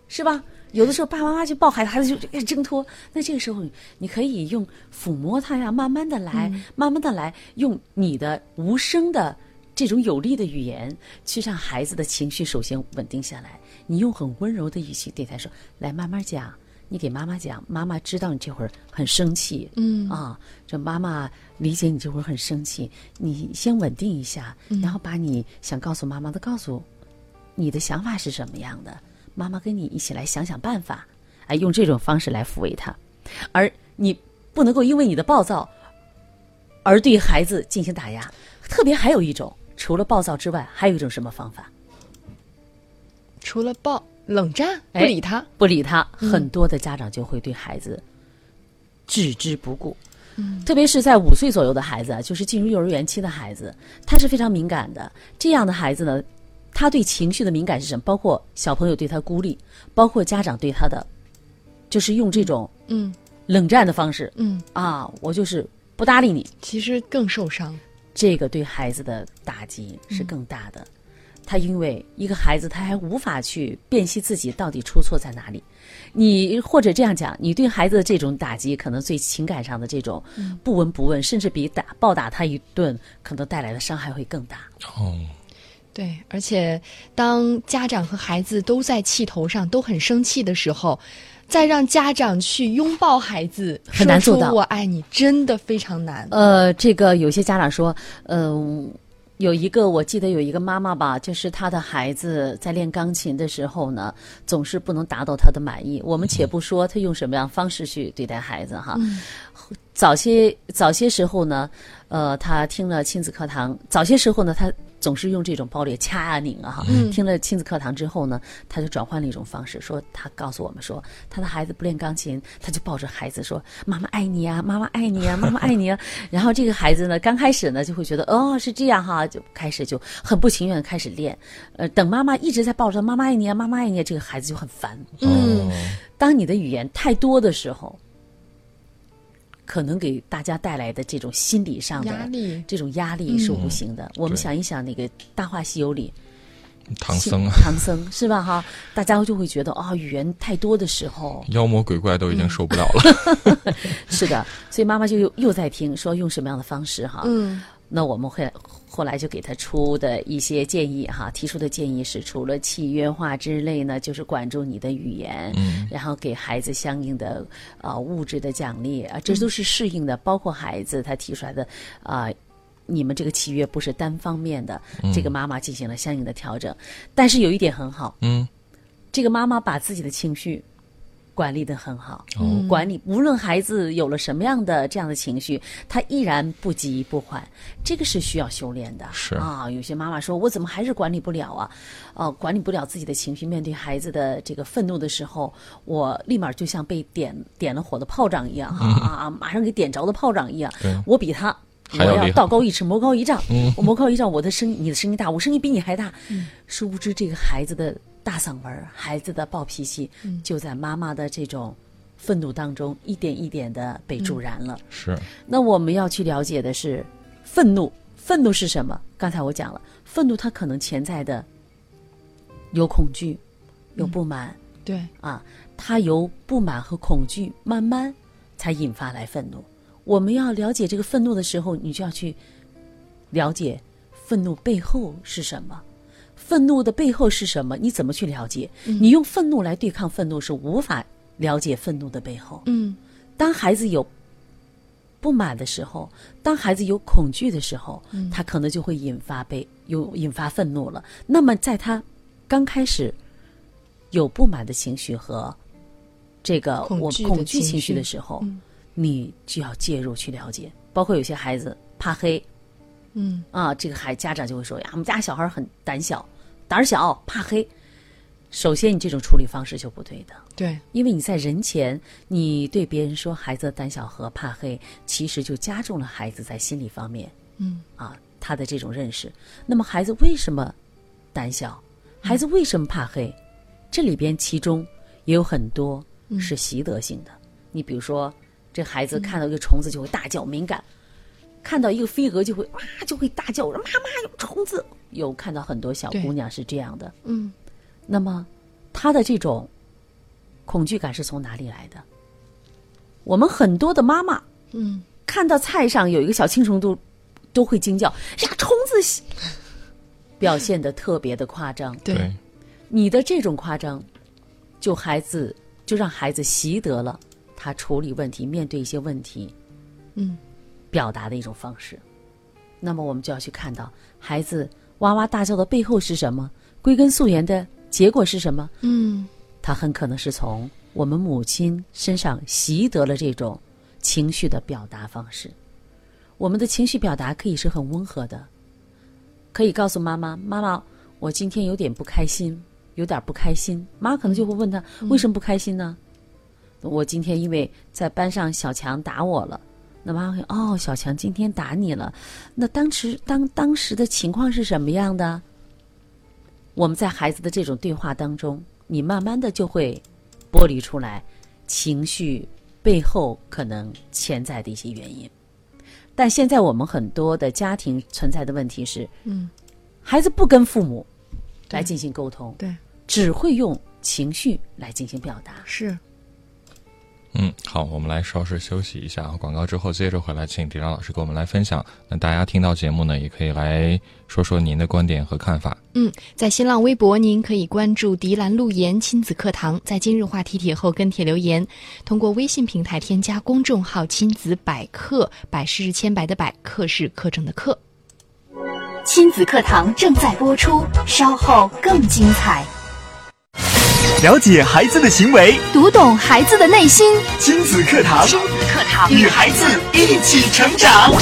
Speaker 3: 是吧？有的时候爸爸妈妈去抱孩子，孩子就哎挣脱。那这个时候，你可以用抚摸他呀，慢慢的来，慢慢的来，用你的无声的这种有力的语言，去让孩子的情绪首先稳定下来。你用很温柔的语气对他说：“来，慢慢讲。”你给妈妈讲，妈妈知道你这会儿很生气，
Speaker 2: 嗯
Speaker 3: 啊，这妈妈理解你这会儿很生气，你先稳定一下，然后把你想告诉妈妈的告诉你的想法是什么样的，妈妈跟你一起来想想办法，哎，用这种方式来抚慰他，而你不能够因为你的暴躁而对孩子进行打压。特别还有一种，除了暴躁之外，还有一种什么方法？
Speaker 2: 除了抱冷战，不
Speaker 3: 哎
Speaker 2: 理他，
Speaker 3: 不理他，很多的家长就会对孩子置之不顾。特别是在五岁左右的孩子啊，就是进入幼儿园期的孩子，他是非常敏感的。这样的孩子呢，他对情绪的敏感是什么？包括小朋友对他孤立，包括家长对他的，就是用这种
Speaker 2: 嗯
Speaker 3: 冷战的方式
Speaker 2: 嗯，
Speaker 3: 啊，我就是不搭理你，
Speaker 2: 其实更受伤。
Speaker 3: 这个对孩子的打击是更大的。他因为一个孩子，他还无法去辨析自己到底出错在哪里。你或者这样讲，你对孩子的这种打击，可能最情感上的这种不闻不问，甚至比打暴打他一顿，可能带来的伤害会更大。
Speaker 1: 哦，
Speaker 2: 对，而且当家长和孩子都在气头上，都很生气的时候，再让家长去拥抱孩子，
Speaker 3: 很难做
Speaker 2: 说出
Speaker 3: 到
Speaker 2: 我爱你真的非常难。
Speaker 3: 呃，这个有些家长说，嗯、有一个我记得有一个妈妈吧，就是她的孩子在练钢琴的时候呢，总是不能达到她的满意。我们且不说她用什么样的方式去对待孩子哈，早些早些时候呢，呃，她听了亲子课堂，早些时候呢，她。总是用这种暴力掐啊拧啊哈，听了亲子课堂之后呢，她就转换了一种方式，说她告诉我们说，她的孩子不练钢琴，她就抱着孩子说：“妈妈爱你啊，妈妈爱你啊，妈妈爱你啊。” 然后这个孩子呢，刚开始呢就会觉得哦是这样哈，就开始就很不情愿的开始练，呃，等妈妈一直在抱着妈妈爱你啊，妈妈爱你啊，这个孩子就很烦。
Speaker 2: 嗯，
Speaker 1: 哦
Speaker 3: 当你的语言太多的时候，可能给大家带来的这种心理上的
Speaker 2: 压力嗯
Speaker 3: 这种压力是无形的。我们
Speaker 1: 对
Speaker 3: 想一想那个《大话西游》里，
Speaker 1: 唐僧啊，
Speaker 3: 唐僧是吧？哈，大家就会觉得啊、语言太多的时候，
Speaker 1: 妖魔鬼怪都已经受不了了。
Speaker 3: 是的，所以妈妈就又又在听说用什么样的方式哈。
Speaker 2: 嗯，
Speaker 3: 那我们会后来就给他出的一些建议哈，提出的建议是，除了契约化之类呢，就是管住你的语言，嗯、然后给孩子相应的啊、呃物质的奖励啊，这都是适应的，包括孩子他提出来的啊。你们这个契约不是单方面的，这个妈妈进行了相应的调整，但是有一点很好，
Speaker 1: 嗯，
Speaker 3: 这个妈妈把自己的情绪管理的很好，管理无论孩子有了什么样的这样的情绪，她依然不急不缓，这个是需要修炼的。
Speaker 1: 是
Speaker 3: 啊，有些妈妈说，我怎么还是管理不了啊？哦、管理不了自己的情绪，面对孩子的这个愤怒的时候，我立马就像被点点了火的炮仗一样哈啊，马上给点着的炮仗一样
Speaker 1: 对，
Speaker 3: 我比他。我
Speaker 1: 还要厉害嗯
Speaker 3: 道高一 尺，魔高一丈。我魔高一丈，我的声，你的声音大，我声音比你还大。殊不知，这个孩子的大嗓门儿，孩子的暴脾气，就在妈妈的这种愤怒当中，一点一点的被助燃了。
Speaker 1: 是，
Speaker 3: 那我们要去了解的是，愤怒，愤怒是什么？刚才我讲了，愤怒它可能潜在的有恐惧，有不满，
Speaker 2: 对，
Speaker 3: 啊，它由不满和恐惧慢慢才引发来愤怒。我们要了解这个愤怒的时候，你就要去了解愤怒背后是什么。愤怒的背后是什么？你怎么去了解？
Speaker 2: 嗯
Speaker 3: 你用愤怒来对抗愤怒是无法了解愤怒的背后。
Speaker 2: 嗯
Speaker 3: 当孩子有不满的时候，当孩子有恐惧的时候，
Speaker 2: 嗯
Speaker 3: 他可能就会引发被有引发愤怒了。那么，在他刚开始有不满的情绪和这个
Speaker 2: 恐
Speaker 3: 我
Speaker 2: 惧的
Speaker 3: 恐惧
Speaker 2: 情
Speaker 3: 情绪
Speaker 2: 绪嗯
Speaker 3: 的时候，你就要介入去了解。包括有些孩子怕黑
Speaker 2: 嗯，
Speaker 3: 哎啊，这个孩家长就会说呀，我们家小孩很胆小，胆儿小，怕黑。首先你这种处理方式就不对的。
Speaker 2: 对，
Speaker 3: 因为你在人前，你对别人说孩子胆小和怕黑，其实就加重了孩子在心理方面，
Speaker 2: 嗯
Speaker 3: 啊，他的这种认识。那么孩子为什么胆小？孩子为什么怕黑？这里边其中也有很多
Speaker 2: 嗯
Speaker 3: 是习得性的。你比如说，这孩子
Speaker 2: 嗯
Speaker 3: 看到一个虫子就会大叫，敏感；看到一个飞蛾就会哇就会大叫，我说妈妈有虫子。有看到很多小
Speaker 2: 对
Speaker 3: 姑娘是这样的。
Speaker 2: 嗯，
Speaker 3: 那么，他的这种恐惧感是从哪里来的？我们很多的妈妈，
Speaker 2: 嗯，
Speaker 3: 看到菜上有一个小青虫都都会惊叫呀，虫子，表现的特别的夸张。
Speaker 2: 对，
Speaker 3: 你的这种夸张，就孩子就让孩子习得了他处理问题、面对一些问题
Speaker 2: 嗯
Speaker 3: 表达的一种方式。那么我们就要去看到孩子哇哇大叫的背后是什么，归根溯源的结果是什么。
Speaker 2: 嗯
Speaker 3: 他很可能是从我们母亲身上习得了这种情绪的表达方式。我们的情绪表达可以是很温和的，可以告诉妈妈：“妈妈，我今天有点不开心，有点不开心。”妈可能就会问他：“
Speaker 2: 嗯
Speaker 3: 为什么不开心呢？”我今天因为在班上小强打我了。那妈妈会哦，小强今天打你了，那当时当当时的情况是什么样的？我们在孩子的这种对话当中，你慢慢的就会剥离出来情绪背后可能潜在的一些原因。但现在我们很多的家庭存在的问题是，
Speaker 2: 嗯，
Speaker 3: 孩子不跟父母来进行沟通，
Speaker 2: 对，
Speaker 3: 只会用情绪来进行表达。
Speaker 2: 是，
Speaker 1: 嗯，好，我们来稍事休息一下啊，广告之后接着回来，请迪亮老师给我们来分享。那大家听到节目呢，也可以来说说您的观点和看法。
Speaker 2: 嗯，在新浪微博，您可以关注“迪兰路言亲子课堂”，在今日话题帖后跟帖留言；通过微信平台添加公众号“亲子百科”，百是千百的百，课是课程的课。
Speaker 4: 亲子课堂正在播出，稍后更精彩。
Speaker 5: 了解孩子的行为，
Speaker 4: 读懂孩子的内心，
Speaker 5: 亲子课堂，
Speaker 4: 课堂
Speaker 5: 与孩子一起成长。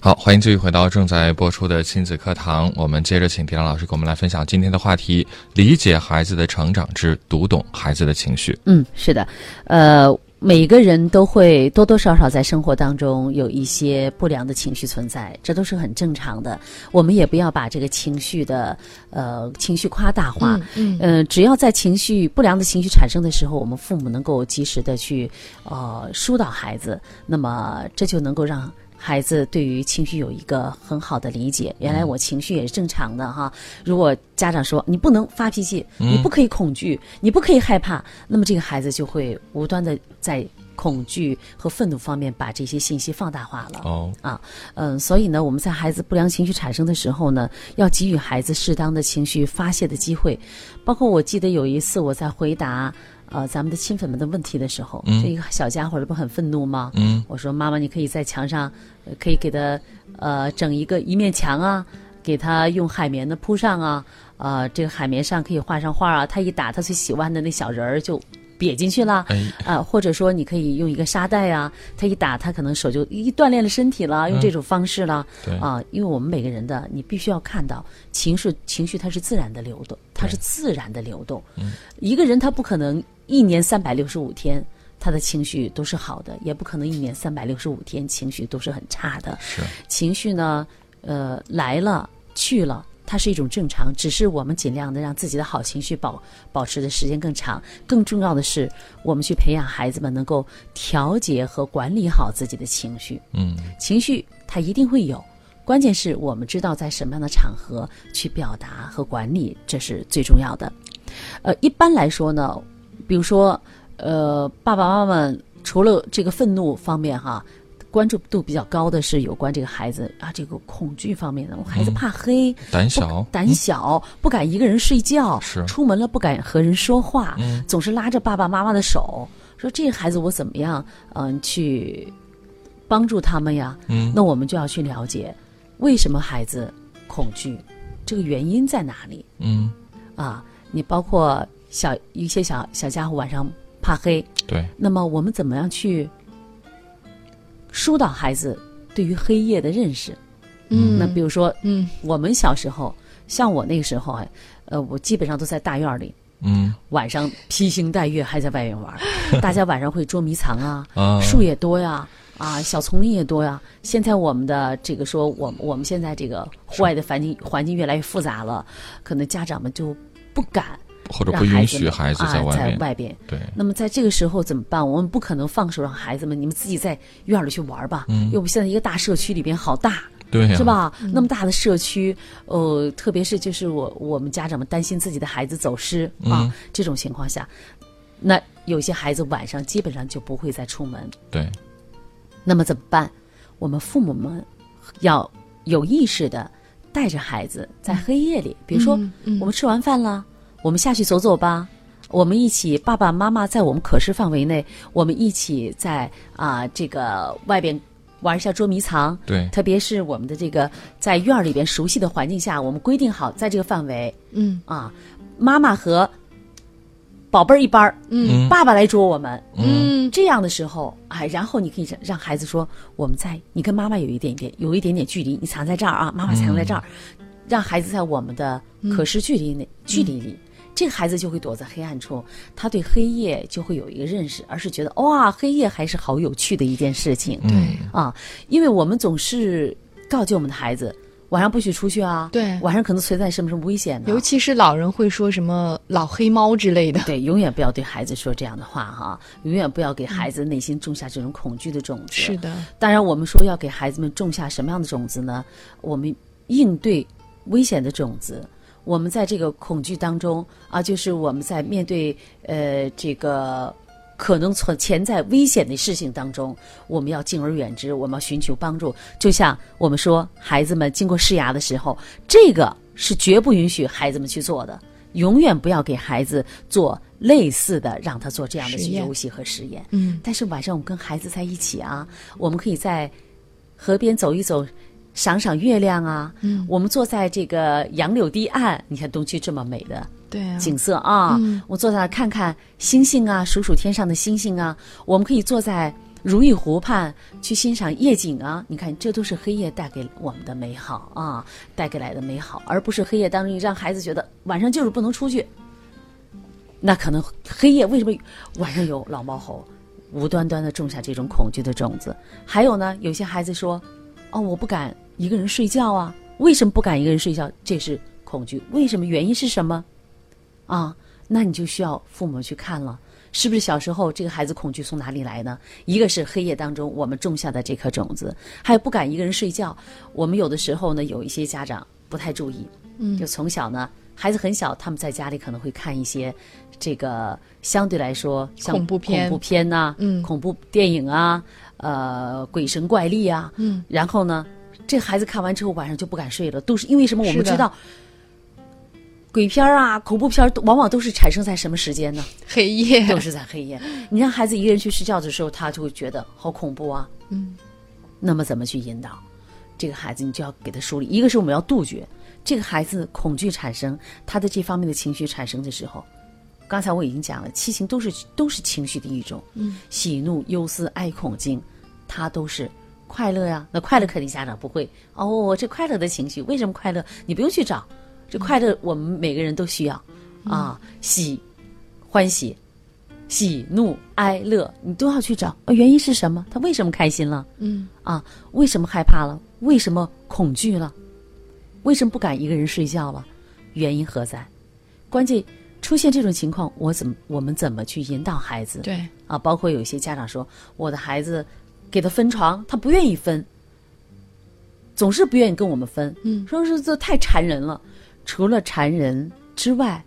Speaker 1: 好，欢迎继续回到正在播出的亲子课堂，我们接着请迪亮老师给我们来分享今天的话题：理解孩子的成长之读懂孩子的情绪。
Speaker 3: 嗯，是的，呃，每个人都会多多少少在生活当中有一些不良的情绪存在，这都是很正常的。我们也不要把这个情绪的呃情绪夸大化。
Speaker 2: 嗯嗯
Speaker 3: 呃，只要在情绪不良的情绪产生的时候，我们父母能够及时的去呃疏导孩子，那么这就能够让孩子对于情绪有一个很好的理解。原来我情绪也是正常的哈。如果家长说你不能发脾气，你不可以恐惧，你不可以害怕，那么这个孩子就会无端的在恐惧和愤怒方面把这些信息放大化了。
Speaker 1: 哦，
Speaker 3: 啊，嗯，所以呢，我们在孩子不良情绪产生的时候呢，要给予孩子适当的情绪发泄的机会。包括我记得有一次我在回答呃咱们的亲粉们的问题的时候，这一个小家伙儿不很愤怒吗？
Speaker 1: 嗯，
Speaker 3: 我说妈妈，你可以在墙上，呃可以给他呃整一个一面墙啊，给他用海绵的铺上啊，啊，这个海绵上可以画上画啊，他一打他最喜欢的那小人儿就瘪进去了。
Speaker 1: 哎，
Speaker 3: 啊，或者说你可以用一个沙袋啊，他一打他可能手就一锻炼了身体了，用这种方式了、
Speaker 1: 对
Speaker 3: 啊，因为我们每个人的你必须要看到情绪，情绪它是自然的流动，它是自然的流动。
Speaker 1: 嗯
Speaker 3: 一个人他不可能一年三百六十五天他的情绪都是好的，也不可能一年三百六十五天情绪都是很差的。
Speaker 1: 是，
Speaker 3: 情绪呢，呃，来了去了，它是一种正常，只是我们尽量的让自己的好情绪保保持的时间更长。更重要的是，我们去培养孩子们能够调节和管理好自己的情绪。
Speaker 1: 嗯，
Speaker 3: 情绪它一定会有，关键是我们知道在什么样的场合去表达和管理，这是最重要的。呃，一般来说呢，比如说，呃，爸爸妈妈们除了这个愤怒方面哈，关注度比较高的是有关这个孩子啊这个恐惧方面的，我孩子怕黑，
Speaker 1: 胆
Speaker 3: 不
Speaker 1: 小，嗯
Speaker 3: 胆小，不敢一个人睡觉，
Speaker 1: 是
Speaker 3: 出门了不敢和人说话，
Speaker 1: 嗯
Speaker 3: 总是拉着爸爸妈妈的手，说这个孩子我怎么样，嗯、去帮助他们呀？
Speaker 1: 嗯
Speaker 3: 那我们就要去了解为什么孩子恐惧，这个原因在哪里
Speaker 1: 嗯，
Speaker 3: 啊？你包括小一些小小家伙晚上怕黑，
Speaker 1: 对，
Speaker 3: 那么我们怎么样去疏导孩子对于黑夜的认识？
Speaker 2: 嗯，
Speaker 3: 那比如说
Speaker 2: 嗯
Speaker 3: 我们小时候，像我那时候啊，呃，我基本上都在大院里，
Speaker 1: 嗯
Speaker 3: 晚上披星戴月还在外面 玩儿，大家晚上会捉迷藏啊，
Speaker 1: 啊，
Speaker 3: 树也多呀，啊，小丛林也多呀。现在我们的这个说，我们我们现在这个户外的环境环境越来越复杂了，可能家长们就不敢
Speaker 1: 或者
Speaker 3: 让
Speaker 1: 不
Speaker 3: 孩
Speaker 1: 允
Speaker 3: 子
Speaker 1: 许
Speaker 3: 们
Speaker 1: 孩子
Speaker 3: 啊
Speaker 1: 在外面，
Speaker 3: 外边。
Speaker 1: 对，
Speaker 3: 那么在这个时候怎么办？我们不可能放手让孩子们，你们自己在院儿里去玩儿吧。
Speaker 1: 嗯
Speaker 3: 要不现在一个大社区里边好大，
Speaker 1: 对啊呀，
Speaker 3: 是？吧？那么大的社区，呃，特别是就是我我们家长们担心自己的孩子走失啊，
Speaker 1: 嗯
Speaker 3: 这种情况下，那有些孩子晚上基本上就不会再出门。
Speaker 1: 对，
Speaker 3: 那么怎么办？我们父母们要有意识的带着孩子在黑夜里，比如说、
Speaker 2: 嗯嗯
Speaker 3: 我们吃完饭了，我们下去走走吧。我们一起，爸爸妈妈在我们可视范围内，我们一起在啊、这个外边玩一下捉迷藏。
Speaker 1: 对
Speaker 3: 特别是我们的这个在院儿里边熟悉的环境下，我们规定好在这个范围
Speaker 2: 嗯
Speaker 3: 啊，妈妈和宝贝儿一班儿，
Speaker 1: 嗯
Speaker 3: 爸爸来捉我们，
Speaker 2: 嗯
Speaker 3: 这样的时候，哎，然后你可以让让孩子说，我们在你跟妈妈有一点点有一点点距离，你藏在这儿啊，妈妈藏在这儿，
Speaker 2: 嗯
Speaker 3: 让孩子在我们的可视距离内、距离里。这个孩子就会躲在黑暗处，他对黑夜就会有一个认识，而是觉得哇，黑夜还是好有趣的一件事情、
Speaker 1: 嗯，
Speaker 3: 啊！因为我们总是告诫我们的孩子，晚上不许出去啊，
Speaker 2: 对
Speaker 3: 晚上可能存在什么什么危险呢、
Speaker 2: 尤其是老人会说什么“老黑猫”之 类的。
Speaker 3: 对，永远不要对孩子说这样的话哈、永远不要给孩子内心种下这种恐惧的种子。
Speaker 2: 是的，
Speaker 3: 当然，我们说要给孩子们种下什么样的种子呢？我们应对危险的种子。我们在这个恐惧当中啊，就是我们在面对呃这个可能存潜在危险的事情当中，我们要敬而远之，我们要寻求帮助。就像我们说，孩子们经过试牙的时候，这个是绝不允许孩子们去做的。永远不要给孩子做类似的，让他做这样的
Speaker 2: 实
Speaker 3: 去
Speaker 2: 验
Speaker 3: 游戏和实验。
Speaker 2: 嗯
Speaker 3: 但是晚上我们跟孩子在一起啊，我们可以在河边走一走，赏赏月亮啊。
Speaker 2: 嗯，
Speaker 3: 我们坐在这个杨柳堤岸，你看东区这么美的
Speaker 2: 对啊，
Speaker 3: 景色啊，
Speaker 2: 嗯
Speaker 3: 我坐在那儿看看星星啊，数数天上的星星啊。我们可以坐在如意湖畔去欣赏夜景啊。你看，这都是黑夜带给我们的美好啊，带给来的美好，而不是黑夜当中让孩子觉得晚上就是不能出去。那可能黑夜为什么晚上有老猫猴，无端端的种下这种恐惧的种子？还有呢，有些孩子说：“哦，我不敢一个人睡觉啊，为什么不敢一个人睡觉？这是恐惧，为什么？原因是什么？”啊，那你就需要父母去看了，是不是小时候这个孩子恐惧从哪里来呢？一个是黑夜当中我们种下的这颗种子，还有不敢一个人睡觉。我们有的时候呢，有一些家长不太注意，
Speaker 2: 嗯
Speaker 3: 就从小呢，孩子很小，他们在家里可能会看一些这个相对来说像
Speaker 2: 恐怖片
Speaker 3: 恐怖片呐、
Speaker 2: 嗯
Speaker 3: 恐怖电影啊，呃，鬼神怪力啊，
Speaker 2: 嗯，
Speaker 3: 然后呢，这孩子看完之后晚上就不敢睡了，都是因为什么？我
Speaker 2: 是
Speaker 3: 们
Speaker 2: 的
Speaker 3: 知道。鬼片儿啊，恐怖片儿都往往都是产生在什么时间呢？
Speaker 2: 黑夜，
Speaker 3: 都是在黑夜。你让孩子一个人去睡觉的时候，他就会觉得好恐怖啊。
Speaker 2: 嗯，
Speaker 3: 那么怎么去引导这个孩子？你就要给他梳理，一个是我们要杜绝这个孩子恐惧产生他的这方面的情绪产生的时候。刚才我已经讲了，七情都是都是情绪的一种，嗯，喜怒忧思哀恐惊，它都是快乐呀、那快乐肯定家长不会哦，这快乐的情绪为什么快乐？你不用去找，这快乐我们每个人都需要、啊，喜欢喜、喜怒哀乐，你都要去找、呃原因是什么？他为什么开心了？
Speaker 2: 嗯
Speaker 3: 啊，为什么害怕了？为什么恐惧了？为什么不敢一个人睡觉了？原因何在？关键出现这种情况，我怎么我们怎么去引导孩子？
Speaker 2: 对，
Speaker 3: 啊，包括有一些家长说，我的孩子给他分床，他不愿意分，总是不愿意跟我们分，
Speaker 2: 嗯
Speaker 3: 说是这太缠人了。除了缠人之外，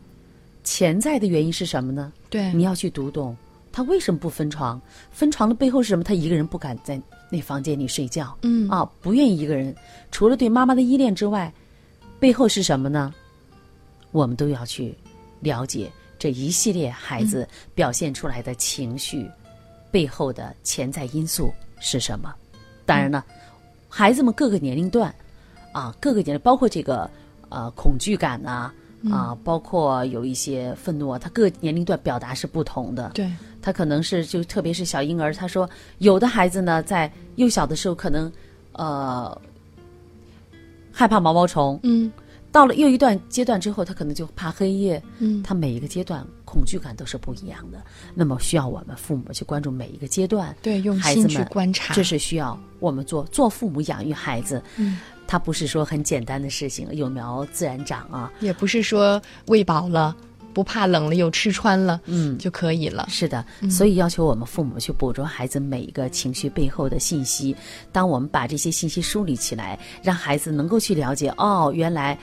Speaker 3: 潜在的原因是什么呢？
Speaker 2: 对，
Speaker 3: 你要去读懂他为什么不分床，分床的背后是什么？他一个人不敢在那房间里睡觉，
Speaker 2: 嗯
Speaker 3: 啊，不愿意一个人。除了对妈妈的依恋之外，背后是什么呢？我们都要去了解这一系列孩
Speaker 2: 嗯
Speaker 3: 子表现出来的情绪、背后的潜在因素是什么。当然了，孩子们各个年龄段啊，各个年龄包括这个呃恐惧感呐、啊，包括有一些愤怒啊，他各个年龄段表达是不同的。
Speaker 2: 对，
Speaker 3: 他可能是就特别是小婴儿，他说有的孩子呢，在幼小的时候可能呃害怕毛毛虫，
Speaker 2: 嗯
Speaker 3: 到了又一段阶段之后，他可能就怕黑夜。
Speaker 2: 嗯，
Speaker 3: 他每一个阶段恐惧感都是不一样的，那么需要我们父母去关注每一个阶段，
Speaker 2: 对，用
Speaker 3: 孩
Speaker 2: 心
Speaker 3: 子
Speaker 2: 去
Speaker 3: 们
Speaker 2: 观察，
Speaker 3: 这是需要我们做做父母养育孩子，
Speaker 2: 嗯，
Speaker 3: 它不是说很简单的事情，有苗自然长啊，
Speaker 2: 也不是说喂饱了、不怕冷了、有吃穿了，
Speaker 3: 嗯
Speaker 2: 就可以了。
Speaker 3: 是的，所以要求我们父母去捕捉孩子每一个情绪背后的信息。当我们把这些信息梳理起来，让孩子能够去了解，哦，原来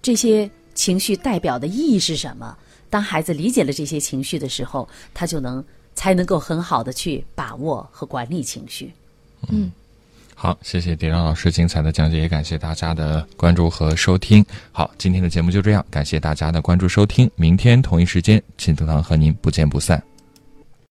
Speaker 3: 这些情绪代表的意义是什么。当孩子理解了这些情绪的时候，他就能才能够很好的去把握和管理情绪。
Speaker 1: 好，谢谢迪亮老师精彩的讲解，也感谢大家的关注和收听。好，今天的节目就这样，感谢大家的关注收听，明天同一时间，亲子堂和您不见不散。